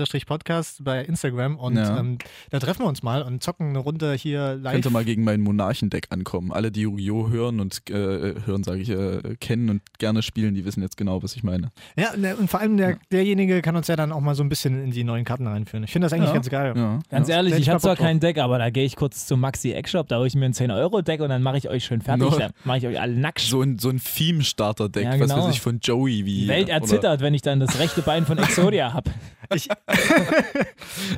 nerdistan-podcast bei Instagram und Ja. ähm, da treffen wir uns mal und zocken eine Runde hier live. Könnte mal gegen mein Monarchendeck ankommen. Alle, die Yu-Gi-Oh! hören und äh, hören, sage ich, äh, kennen und gerne spielen, die wissen jetzt genau, was ich meine. Ja, ne, und vor allem der, derjenige kann uns ja dann auch mal so ein bisschen in die neuen Karten reinführen. Ich finde das eigentlich Ja. ganz geil. Ja. Ganz ja. ehrlich, Hätte ich ich habe mal zwar Bock drauf. kein Deck, aber da gehe ich kurz zum Maxi Eggshop, da hole ich mir ein 10-Euro-Deck und dann mache ich euch schön fertig. No. Dann mache ich euch alle nackt. So ein, so ein Theme-Starter-Deck, Ja, was genau. weiß ich, von Joey wie. die Welt oder- erzittert, wenn ich dann das rechte Bein von Exodia habe. Ich,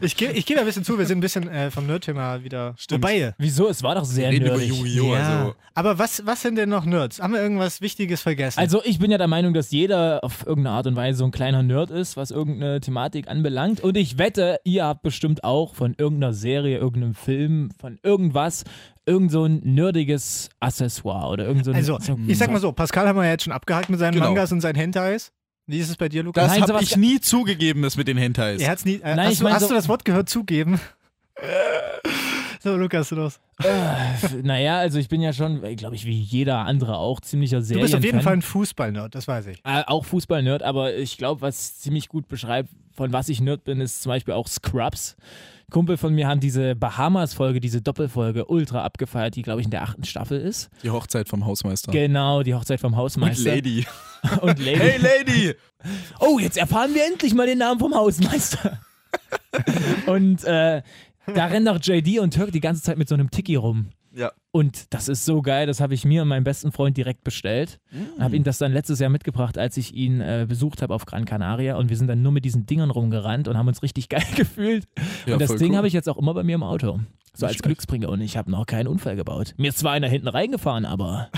ich gehe ich geh da ein bisschen zu, wir sind ein bisschen äh, vom Nerd-Thema wieder. Stimmt. Wobei, Wieso? Es war doch sehr Reden über nerdig. Yu-Gi-Oh! Also. Aber was, was sind denn noch Nerds? Haben wir irgendwas Wichtiges vergessen? Also ich bin ja der Meinung, dass jeder auf irgendeine Art und Weise so ein kleiner Nerd ist, was irgendeine Thematik anbelangt. Und ich wette, ihr habt bestimmt auch von irgendeiner Serie, irgendeinem Film, von irgendwas, irgend so ein nerdiges Accessoire oder irgend so ein... Also, so, ich sag mal so, Pascal haben wir jetzt schon abgehakt mit seinen Genau. Mangas und seinen Hentais. Wie ist es bei dir, Lukas? Das Nein, habe sowas ich ga- nie zugegeben, dass mit den Hentai ist. er hat's nie. Äh, Nein, hast ich du, mein hast so- du das Wort gehört zugeben? so, Lukas, du los. Naja, also ich bin ja schon, glaube ich, wie jeder andere auch ziemlicher Du Serien. bist auf jeden Fall ein Fußball-Nerd, das weiß ich. Äh, auch Fußball-Nerd, aber ich glaube, was ziemlich gut beschreibt, von was ich Nerd bin, ist zum Beispiel auch Scrubs. Kumpel von mir haben diese Bahamas-Folge, diese Doppelfolge ultra abgefeiert, die, glaube ich, in der achten Staffel ist. Die Hochzeit vom Hausmeister. Genau, die Hochzeit vom Und Hausmeister. Lady. Und Lady. Hey Lady! Oh, jetzt erfahren wir endlich mal den Namen vom Hausmeister. und äh, da rennen doch JD und Turk die ganze Zeit mit so einem Tiki rum. Ja. Und das ist so geil, das habe ich mir und meinem besten Freund direkt bestellt. Und Mhm. habe ihm das dann letztes Jahr mitgebracht, als ich ihn äh, besucht habe auf Gran Canaria. Und wir sind dann nur mit diesen Dingern rumgerannt und haben uns richtig geil gefühlt. Ja, und das voll Ding cool. habe ich jetzt auch immer bei mir im Auto. So als schlecht. Glücksbringer. Und ich habe noch keinen Unfall gebaut. Mir ist zwar einer hinten reingefahren, aber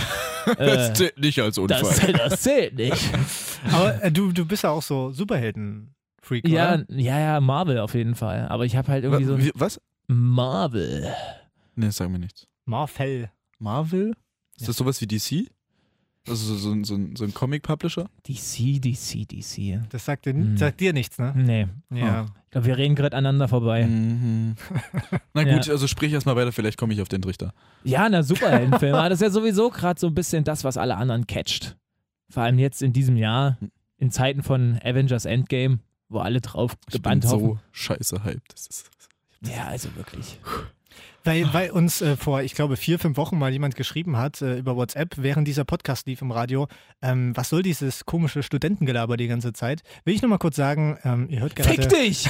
Das zählt nicht als Unfall. äh, das, das zählt nicht. Aber äh, du, du bist ja auch so Superhelden-Freak, ja, oder? ja, ja, Marvel auf jeden Fall. Aber ich habe halt irgendwie so ein Wie- Was? Marvel. Ne, sag mir nichts. Marvel. Marvel? Ist das sowas wie DC? Also so, so, ein- so, ein- so ein Comic-Publisher? DC, DC, DC. Das sagt dir, Hm. sagt dir nichts, ne? Nee. Ja. Ich glaube, wir reden gerade aneinander vorbei. Mhm. Na gut, Ja. also sprich erstmal weiter, vielleicht komme ich auf den Trichter. Ja, na Superheldenfilm. Aber das ist ja sowieso gerade so ein bisschen das, was alle anderen catcht. Vor allem jetzt in diesem Jahr, Hm. in Zeiten von Avengers Endgame, wo alle drauf Ich gebannt bin hoffen. so scheiße hyped. Das ist, Ja, also wirklich. Weil, weil uns äh, vor, ich glaube, vier, fünf Wochen mal jemand geschrieben hat äh, über WhatsApp, während dieser Podcast lief im Radio, ähm, was soll dieses komische Studentengelaber die ganze Zeit? Will ich nochmal kurz sagen, ähm, ihr hört gerade... Fick dich!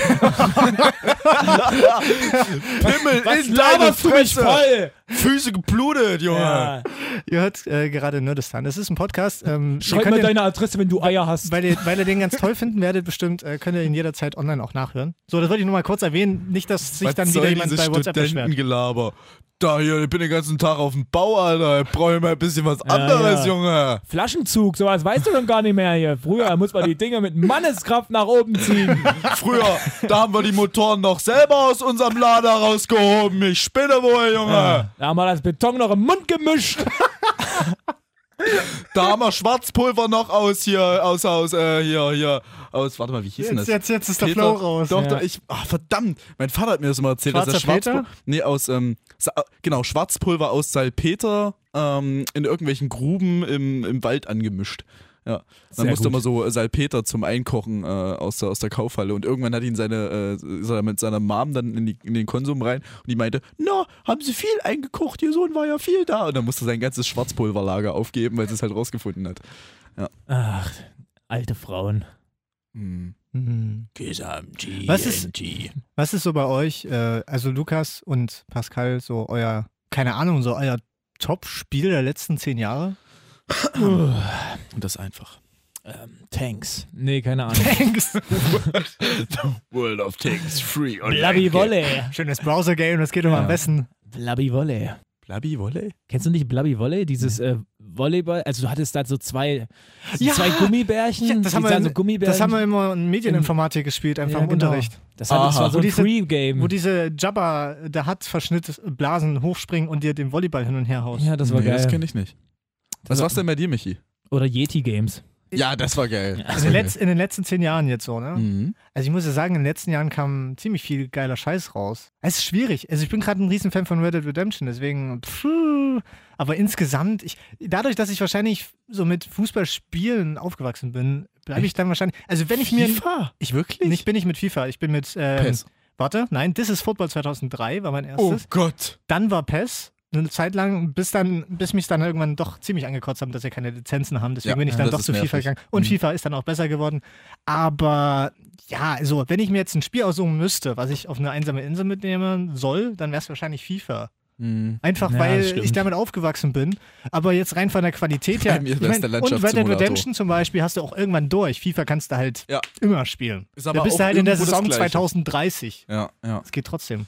Pimmel Was laberst du mich voll? Füße geblutet, Junge! Ja. Ihr hört äh, gerade Nerdistan. Das ist ein Podcast. Ähm, ihr Schreib könnt mal ihn- deine Adresse, wenn du Eier hast. weil ihr, weil ihr den ganz toll finden werdet, bestimmt, äh, könnt ihr ihn jederzeit online auch nachhören. So, das wollte ich nur mal kurz erwähnen. Nicht, dass sich Was dann soll wieder jemand dieses bei WhatsApp beschwert. Studentengelaber? Da hier, ich bin den ganzen Tag auf dem Bau, Alter. Ich brauche mal ein bisschen was anderes, ja. Junge. Flaschenzug, sowas weißt du schon gar nicht mehr hier. Früher muss man die Dinger mit Manneskraft nach oben ziehen. Früher, da haben wir die Motoren noch selber aus unserem Lader rausgehoben. Ich spinne wohl, Junge. Da haben wir das Beton noch im Mund gemischt. Da haben wir Schwarzpulver noch aus hier, aus, aus, äh, hier, hier, aus, warte mal, wie hieß denn das? Jetzt, jetzt, jetzt ist der Peter- Flow raus. Doch, Ja. doch, ich, ah, verdammt, mein Vater hat mir das immer erzählt, dass er Schwarzer Peter? Schwarzpulver, nee, aus, ähm, Sa genau, Schwarzpulver aus Salpeter ähm, in irgendwelchen Gruben im, im Wald angemischt. Ja, dann Sehr musste gut. man so Salpeter zum Einkochen äh, aus, der, aus der Kaufhalle und irgendwann hat ihn seine, äh, ist er mit seiner Mom dann in, die, in den Konsum rein und die meinte, na, haben sie viel eingekocht, ihr Sohn war ja viel da und dann musste er sein ganzes Schwarzpulverlager aufgeben, weil sie es halt rausgefunden hat. Ach, alte Frauen. Hm. Mhm. Gesamti. Was ist- Was ist so bei euch, äh, also Lukas und Pascal, so euer, keine Ahnung, so euer Top-Spiel der letzten zehn Jahre? Und das einfach. Ähm, Tanks. Nee, keine Ahnung. Thanks. World of Tanks free on Blabby Wolle. Schönes Browser-Game, das geht immer Ja. am besten. Blabby Wolle. Blabby Wolle? Kennst du nicht Blabby Volley? Dieses äh, Volleyball, also du hattest da so zwei, so Ja! zwei Gummibärchen, Ja, das haben die wir sahen in- so Gummibärchen. Das haben wir immer in Medieninformatik gespielt, einfach Ja, im genau. Unterricht. Das, hat, das Aha. war so Wo ein diese- Wo Free-Game. diese Jabba, äh, der hat Verschnitt, Blasen hochspringen und dir den Volleyball hin und her haust. Ja, das war nee, das geil. kenne ich nicht. Also Was war's denn bei dir, Michi? Oder Yeti-Games. Ja, das war geil. Also in, letz, in den letzten zehn Jahren jetzt so, ne? Mhm. Also ich muss ja sagen, in den letzten Jahren kam ziemlich viel geiler Scheiß raus. Es ist schwierig. Also ich bin gerade ein Riesenfan von Red Dead Redemption, deswegen. Pff, aber insgesamt, ich, dadurch, dass ich wahrscheinlich so mit Fußballspielen aufgewachsen bin, bleibe ich dann wahrscheinlich. Also wenn ich mir. FIFA? Ich wirklich? Ich bin nicht mit FIFA, ich bin mit. Ähm, PES. Warte, nein, This is Football 2003 war mein Oh erstes. Gott. Dann war PES. Eine Zeit lang, bis dann, bis mich dann irgendwann doch ziemlich angekotzt haben, dass wir keine Lizenzen haben. Deswegen Ja, bin ich ja, dann das doch ist zu FIFA nervig. gegangen. Und Mhm. FIFA ist dann auch besser geworden. Aber ja, also wenn ich mir jetzt ein Spiel aussuchen müsste, was ich auf eine einsame Insel mitnehmen soll, dann wäre es wahrscheinlich FIFA. Mhm. Einfach Ja, weil das stimmt. ich damit aufgewachsen bin. Aber jetzt rein von der Qualität her. Bei mir ich wär's mein, der und Red Dead Landschaftssimulator. Redemption zum Beispiel hast du auch irgendwann durch. FIFA kannst du halt Ja. immer spielen. Ist da bist du halt in der irgendwo das Saison Gleiche. 2030. Ja, ja. Es geht trotzdem.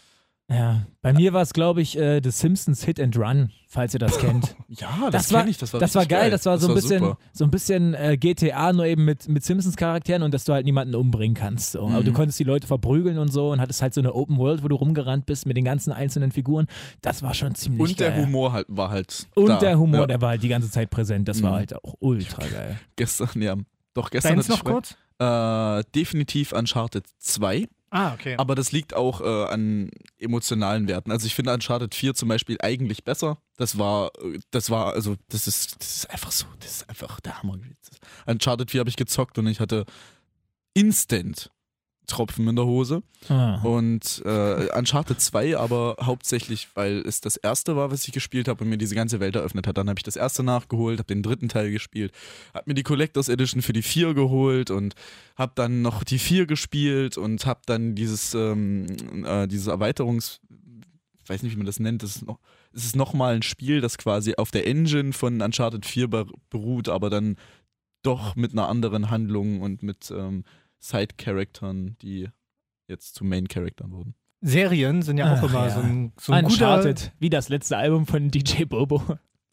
Ja, bei mir war es, glaube ich, äh, The Simpsons Hit and Run, falls ihr das kennt. Ja, Das, war, kenn das, war, geil, das war so ein bisschen, super. so ein bisschen äh, GTA, nur eben mit, mit Simpsons-Charakteren und dass du halt niemanden umbringen kannst. So. Aber du konntest die Leute verprügeln und so und hattest halt so eine Open World, wo du rumgerannt bist mit den ganzen einzelnen Figuren. Das war schon ziemlich Und geil. der Humor halt, war halt. Und da. der Humor, Ja. der war halt die ganze Zeit präsent. Das war Mhm. halt auch ultra geil. Gestern, ja. Doch, gestern Deins hatte ich noch kurz? Äh, definitiv Uncharted 2. Ah, okay. Aber das liegt auch äh, an emotionalen Werten. Also ich finde Uncharted 4 zum Beispiel eigentlich besser. Das war, äh, das war, also das ist, das ist einfach so, das ist einfach der Hammer. gewesen. Uncharted 4 habe ich gezockt und ich hatte instant Tropfen in der Hose. Ah. Und äh, Uncharted 2 aber hauptsächlich, weil es das erste war, was ich gespielt habe und mir diese ganze Welt eröffnet hat. Dann habe ich das erste nachgeholt, habe den dritten Teil gespielt, habe mir die Collectors Edition für die 4 geholt und habe dann noch die 4 gespielt und habe dann dieses, ähm, äh, dieses Erweiterungs... Ich weiß nicht, wie man das nennt. Das ist noch, es ist nochmal ein Spiel, das quasi auf der Engine von Uncharted 4 ber- beruht, aber dann doch mit einer anderen Handlung und mit ähm, Side-Charaktern, die jetzt zu Main-Charaktern wurden. Serien sind ja auch Ach, immer ja. so ein, so ein guter. Uncharted, wie das letzte Album von DJ Bobo.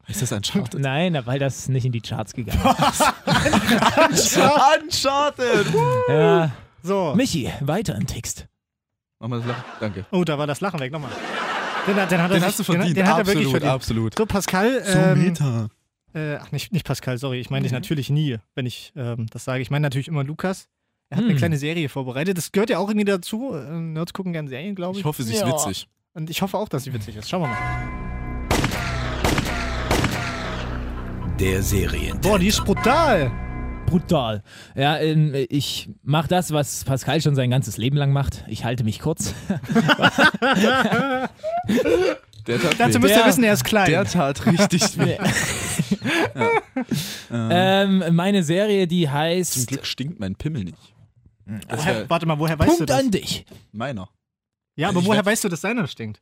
Ist das Uncharted? Nein, weil das nicht in die Charts gegangen Uncharted! ist. ja. So. Michi, weiter im Text. Mach mal das Lachen. Danke. Oh, da war das Lachen weg, nochmal. Den, hat- den hat er Den sich- hast du verdient. Den, den hat er absolut, wirklich verdient. absolut. So, Pascal. Ähm, Meta. Mhm. äh, ach, nicht, nicht Pascal, sorry. Ich meine dich natürlich nie, wenn ich ähm, das sage. Ich meine natürlich immer Lukas. Er hat Hm. Mhm. eine kleine Serie vorbereitet. Das gehört ja auch irgendwie dazu. Ähm, Nerds gucken gern Serien, glaube ich. Ich hoffe, sie ist Ja. witzig. Und ich hoffe auch, dass sie witzig ist. Schauen wir mal. Der Serien. Boah, die ist brutal. Brutal. Ja, ähm, ich mache das, was Pascal schon sein ganzes Leben lang macht. Ich halte mich kurz. Der tat Dazu weh. müsst ihr Der- wissen, er ist klein. Der tat richtig weh. ähm, meine Serie, die Zum heißt Glück stinkt mein Pimmel nicht. Das woher, wäre warte mal, woher weißt du Punkt das? an dich. meiner. Ja, aber Ich woher werd- weißt du, dass deiner stinkt?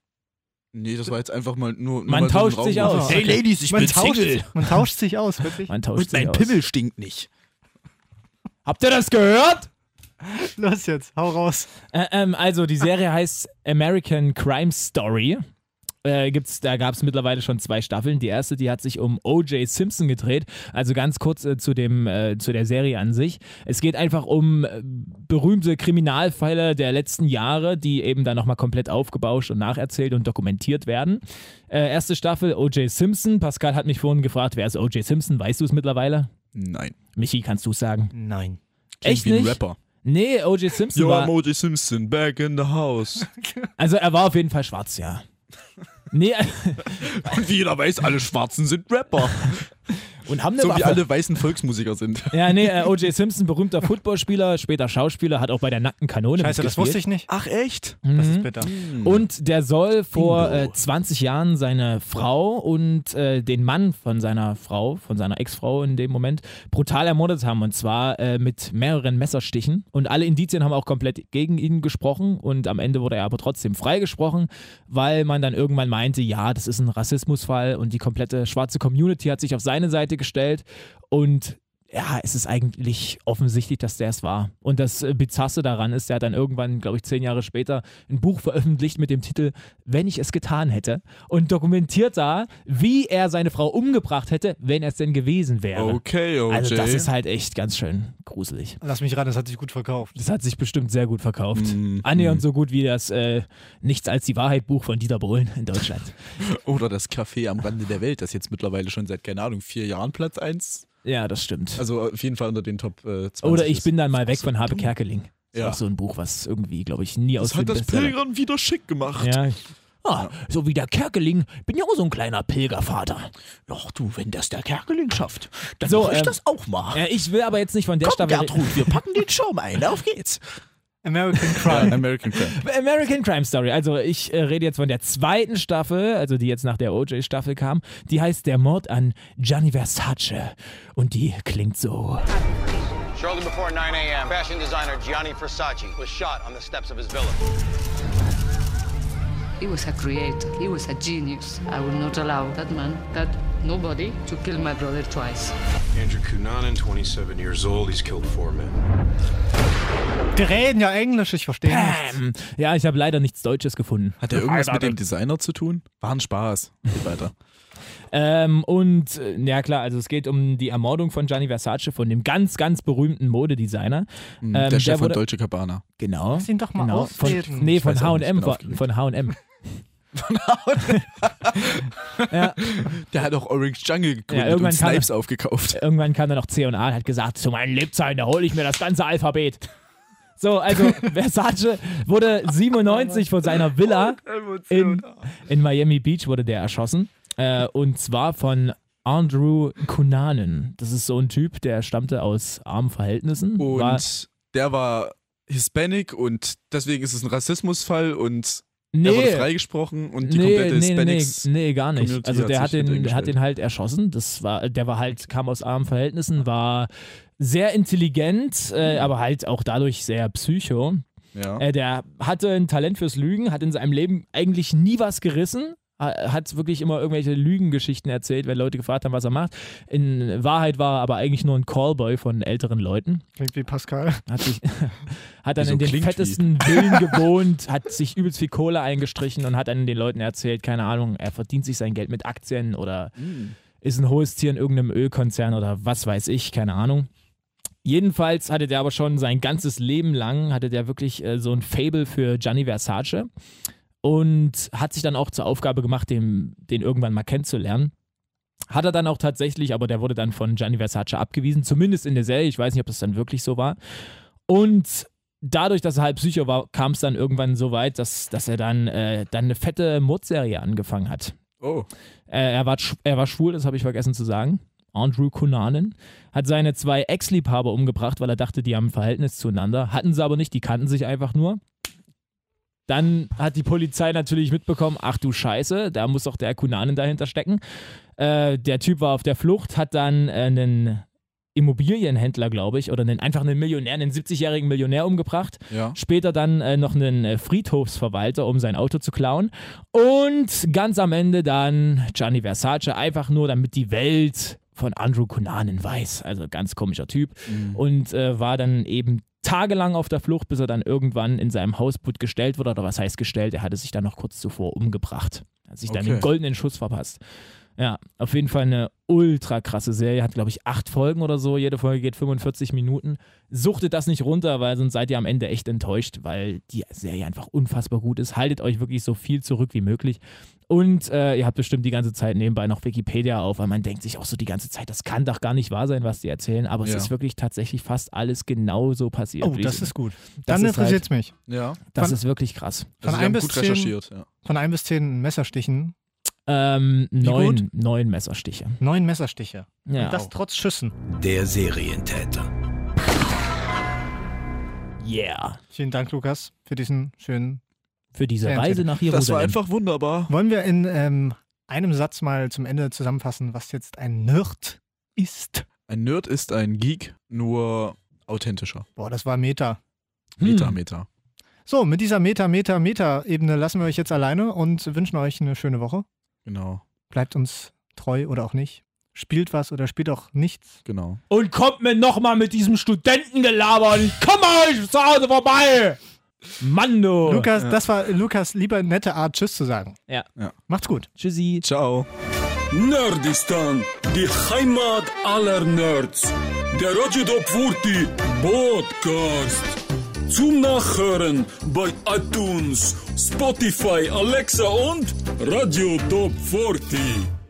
Nee, das war jetzt einfach mal nur. nur Man mal so ein tauscht sich Raum- aus. Hey, Ladies, ich Man tauscht, man tauscht sich aus, wirklich. Man tauscht Und sich mein aus. Pimmel stinkt nicht. Habt ihr das gehört? Los jetzt, hau raus. Äh, ähm, also, Ah. die Serie heißt American Crime Story. Äh, gibt's, da gab es mittlerweile schon zwei Staffeln. Die erste, die hat sich um O.J. Simpson gedreht. Also ganz kurz äh, zu, dem, äh, zu der Serie an sich. Es geht einfach um äh, berühmte Kriminalfälle der letzten Jahre, die eben dann nochmal komplett aufgebauscht und nacherzählt und dokumentiert werden. Äh, erste Staffel O.J. Simpson. Pascal hat mich vorhin gefragt, wer ist O.J. Simpson? Weißt du es mittlerweile? Nein. Michi, kannst du es sagen? Nein. Klingt Echt wie ein nicht? Rapper. Nee, O.J. Simpson war. Moji Simpson, back in the house. Also er war auf jeden Fall schwarz, ja. Nee, äh, Und wie jeder weiß, alle Schwarzen sind Rapper. und haben eine so wie Waffe. alle weißen Volksmusiker sind. Ja, nee, äh, O.J. Simpson, berühmter Footballspieler, später Schauspieler, hat auch bei der nackten Kanone Scheiße, das wusste ich nicht. Ach echt? Das ist bitter. Und der soll vor Bingo. äh, 20 Jahren seine Frau und äh, den Mann von seiner Frau, von seiner Ex-Frau in dem Moment, brutal ermordet haben. Und zwar äh, mit mehreren Messerstichen. Und alle Indizien haben auch komplett gegen ihn gesprochen. Und am Ende wurde er aber trotzdem freigesprochen, weil man dann irgendwann meinte, ja, das ist ein Rassismusfall. Und die komplette schwarze Community hat sich auf seine Seite gestellt. Und ja, es ist eigentlich offensichtlich, dass der es war. Und das äh, Bizarre daran ist, der hat dann irgendwann, glaube ich, zehn Jahre später ein Buch veröffentlicht mit dem Titel Wenn ich es getan hätte und dokumentiert da, wie er seine Frau umgebracht hätte, wenn er es denn gewesen wäre. Okay, OJ. Also das ist halt echt ganz schön gruselig. Lass mich ran, das hat sich gut verkauft. Das hat sich bestimmt sehr gut verkauft. Mhm. Annähernd so gut wie das äh, Nichts als die Wahrheit Buch von Dieter Bohlen in Deutschland. Oder das Café am Rande der Welt, das jetzt mittlerweile schon seit, keine Ahnung, vier Jahren Platz 1. ja, das stimmt. Also auf jeden Fall unter den Top äh, 20. Oder ich ist. bin dann mal weg von Habe Kerkeling. Das Ja. ist auch so ein Buch, was irgendwie, glaube ich, nie aus Das dem hat das Bestseller- Pilgern wieder schick gemacht. Ja. Ah, so wie der Kerkeling, bin ja auch so ein kleiner Pilgervater. Ach du, wenn das der Kerkeling schafft, dann So, mach ich ähm, das auch mal. Äh, ich will aber jetzt nicht von der Komm, Staffel. Gertrud, wir packen den Schirm ein. Auf geht's. American Crime. American Crime. American Crime Story. Also ich äh, rede jetzt von der zweiten Staffel, also die jetzt nach der OJ-Staffel kam. Die heißt Der Mord an Gianni Versace. Und die klingt so. Shortly before 9 a.m., fashion designer Gianni Versace was shot on the steps of his villa. He was a creator. He was a genius. I will not allow that man, that nobody, to kill my brother twice. Andrew Cunanan, 27 years old. He's killed four men. Die reden ja Englisch, ich verstehe nichts. Ähm, ja, ich habe leider nichts Deutsches gefunden. Hat er irgendwas mit dem Designer zu tun? War ein Spaß. Geht weiter. Ähm, und äh, ja klar, also es geht um die Ermordung von Gianni Versace, von dem ganz, ganz berühmten Modedesigner. Hm, Ähm, der Chef von wurde- Deutsche Cabana. Genau. Lass ihn doch mal genau. Von, ausreden. nee, Ich von weiß auch nicht, ich H&M. bin Von aufgeregt. von H&M. Der hat auch Orange Jungle gegründet Ja, irgendwann und kann Snipes aufgekauft. irgendwann kam dann noch C und A und hat gesagt, zu meinen Lebzeiten, da hole ich mir das ganze Alphabet. So, also Versace wurde 97 von seiner Villa in, in Miami Beach wurde der erschossen. Äh, und zwar von Andrew Cunanan. Das ist so ein Typ, der stammte aus armen Verhältnissen. Und war, der war Hispanic und deswegen ist es ein Rassismusfall und er wurde nee, freigesprochen und die nee, komplette nee, nee, Hispanics. nee, gar nicht. Community Also hat der hat sich den, hintergestellt. hat den halt erschossen. Das war, der war halt, kam aus armen Verhältnissen, war sehr intelligent, äh, aber halt auch dadurch sehr psycho. Mhm. Ja. Äh, der hatte ein Talent fürs Lügen, hat in seinem Leben eigentlich nie was gerissen. ha- Hat wirklich immer irgendwelche Lügengeschichten erzählt, wenn Leute gefragt haben, was er macht. In Wahrheit war er aber eigentlich nur ein Callboy von älteren Leuten. Klingt wie Pascal. Hat, sich, hat dann Wieso in den klingt wie? fettesten Villen gewohnt, hat sich übelst viel Kohle eingestrichen und hat dann den Leuten erzählt, keine Ahnung, er verdient sich sein Geld mit Aktien oder Mm. ist ein hohes Tier in irgendeinem Ölkonzern oder was weiß ich, keine Ahnung. Jedenfalls hatte der aber schon sein ganzes Leben lang, hatte der wirklich äh, so ein Fable für Gianni Versace und hat sich dann auch zur Aufgabe gemacht, dem, den irgendwann mal kennenzulernen. Hat er dann auch tatsächlich, aber der wurde dann von Gianni Versace abgewiesen, zumindest in der Serie. Ich weiß nicht, ob das dann wirklich so war. Und dadurch, dass er halb Psycho war, kam es dann irgendwann so weit, dass, dass er dann, äh, dann eine fette Mordserie angefangen hat. oh, Äh, er, war, sch- er war schwul, das habe ich vergessen zu sagen. Andrew Cunanan hat seine zwei Ex-Liebhaber umgebracht, weil er dachte, die haben ein Verhältnis zueinander. Hatten sie aber nicht, die kannten sich einfach nur. Dann hat die Polizei natürlich mitbekommen, ach du Scheiße, da muss doch der Cunanan dahinter stecken. Äh, der Typ war auf der Flucht, hat dann äh, einen Immobilienhändler, glaube ich, oder einen, einfach einen Millionär, einen 70-jährigen Millionär umgebracht. ja. Später dann äh, noch einen äh, Friedhofsverwalter, um sein Auto zu klauen. Und ganz am Ende dann Gianni Versace, einfach nur damit die Welt von Andrew Cunanan weiß. Also ganz komischer Typ. Mhm. Und äh, war dann eben tagelang auf der Flucht, bis er dann irgendwann in seinem Hausboot gestellt wurde. Oder was heißt gestellt? Er hatte sich dann noch kurz zuvor umgebracht. Hat sich dann Okay. den goldenen Schuss verpasst. Ja, auf jeden Fall eine ultra krasse Serie. Hat, glaube ich, acht Folgen oder so. Jede Folge geht 45 Minuten. Suchtet das nicht runter, weil sonst seid ihr am Ende echt enttäuscht, weil die Serie einfach unfassbar gut ist. Haltet euch wirklich so viel zurück wie möglich. Und äh, ihr habt bestimmt die ganze Zeit nebenbei noch Wikipedia auf, weil man denkt sich auch so die ganze Zeit, das kann doch gar nicht wahr sein, was die erzählen. Aber es Ja. ist wirklich tatsächlich fast alles genau so passiert. Oh, wie das es- ist gut. Das Dann ist interessiert es mich. Ja. das von- ist wirklich krass. Von Also sie ein haben bis gut zehn- recherchiert. Ja. Von ein bis zehn Messerstichen, Ähm, neun, gut? neun Messerstiche. neun Messerstiche. Ja. Und das trotz Schüssen. Der Serientäter. Yeah. Vielen Dank, Lukas, für diesen schönen. Für diese Sehr Reise empfehlenswert. nach Jerusalem. Das war einfach wunderbar. Wollen wir in ähm, einem Satz mal zum Ende zusammenfassen, was jetzt ein Nerd ist? Ein Nerd ist ein Geek, nur authentischer. Boah, das war Meta. Meta, Hm. Meta. So, mit dieser Meta, Meta, Meta-Ebene lassen wir euch jetzt alleine und wünschen euch eine schöne Woche. Genau, Bleibt uns treu oder auch nicht. Spielt was oder spielt auch nichts. genau. Und kommt mir nochmal mit diesem Studentengelaber und ich komme euch zu Hause vorbei. Mando. Lukas, das war Lukas lieber nette Art, Tschüss zu sagen. Ja. Ja. Macht's gut. Tschüssi. Ciao. Nerdistan, die Heimat aller Nerds. Der Rajidop Furti Podcast. Zum Nachhören bei iTunes, Spotify, Alexa und Radio Top 40.